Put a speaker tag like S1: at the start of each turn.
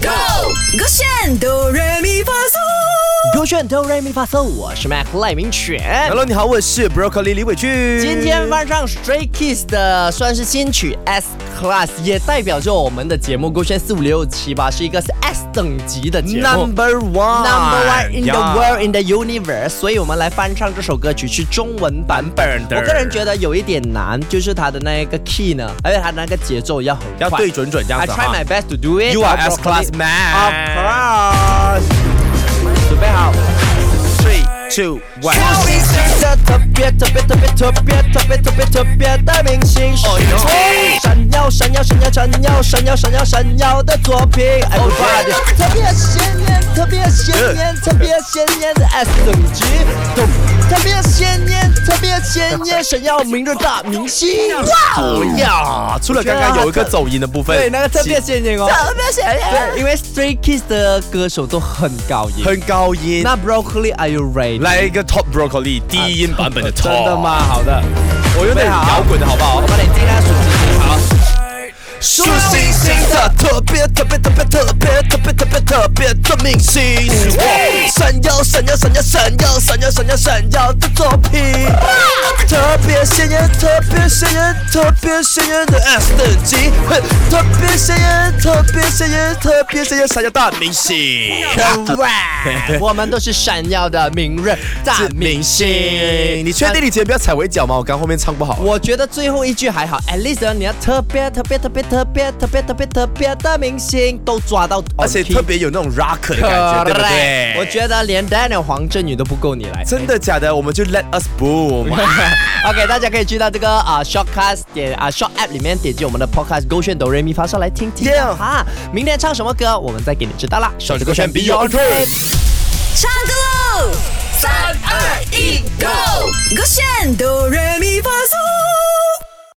S1: Go，勾选哆来咪发嗦。
S2: 勾选 Do Re Mi Fa So，我是 Mac 赖明全。
S3: Hello，你好，我是 Broccoli 李伟俊。
S2: 今天放上 Stray Kids 的算是新曲 S Class，也代表着我们的节目勾选四五六七八是一个是 S 等级的节目。
S3: Number One。
S2: Number one in the
S3: Yeah
S2: world in the universe，所以我们来翻唱这首歌曲是中文版本
S3: 版本的
S2: 我个人觉得有一点难，就是它的那个 key 呢，而且它那个节奏要很快。
S3: 要对准准这样
S2: I
S3: 子
S2: try
S3: 哈
S2: my best to do it.
S3: You are
S2: Now
S3: S class
S2: broccoli-
S3: man。
S2: 准备好。
S3: Three, two, one。
S2: 这特别特别特别特别特别特别特别的明星，
S3: Oh,
S2: 闪耀闪耀闪耀闪耀闪耀闪耀闪耀的作品，everybody，特
S3: Oh,
S2: 别鲜艳，特别鲜艳，特别鲜艳的 S 等级，懂？特别鲜艳，特别鲜艳，闪耀明日大明星，哇哦
S3: 呀，除了刚刚有一个走音的部分，
S2: 对，那个特别鲜艳哦，
S1: 特别显眼。
S2: 对，因为 Stray Kids 的歌手都很高音，
S3: 很高音。
S2: 那 Broccoli，Are you ready？
S3: 来一个 Top Broccoli 低音版本的 Top。
S2: 真的吗？？好的，
S3: 我有点摇滚的好不
S2: 我？
S3: 好
S2: 把你今天手机好。
S3: 数星星的特别特别特别特别特别特别特别的明星，是我闪耀闪耀闪耀闪耀闪耀闪耀闪耀的作品，特别显眼特别显眼特别显眼的 S 等级，哼特别显眼特别显眼特别显眼闪耀大明星，
S2: 我们都是闪耀的明日大明星。
S3: 你确定你今天不要踩围脚吗？我刚后面唱不好。
S2: 我觉得最后一句还好，at least 你要特别特别特别特别特别特别特别的明星都抓到，
S3: 而且特别有那种 rock 的感觉，对不对？
S2: 我觉得连 Daniel 黄振宇都不够你来。
S3: 真的假的，我们就 let us boom。
S2: OK，大家可以去到这个啊、Shortcast 点啊、Short App 里面点击我们的 Podcast 勾选哆瑞咪发嗦来听听
S3: Yeah
S2: 啊。明天唱什么歌，我们再给你知道啦。手指勾选 Beyond。
S1: 唱歌喽！三二一，Go！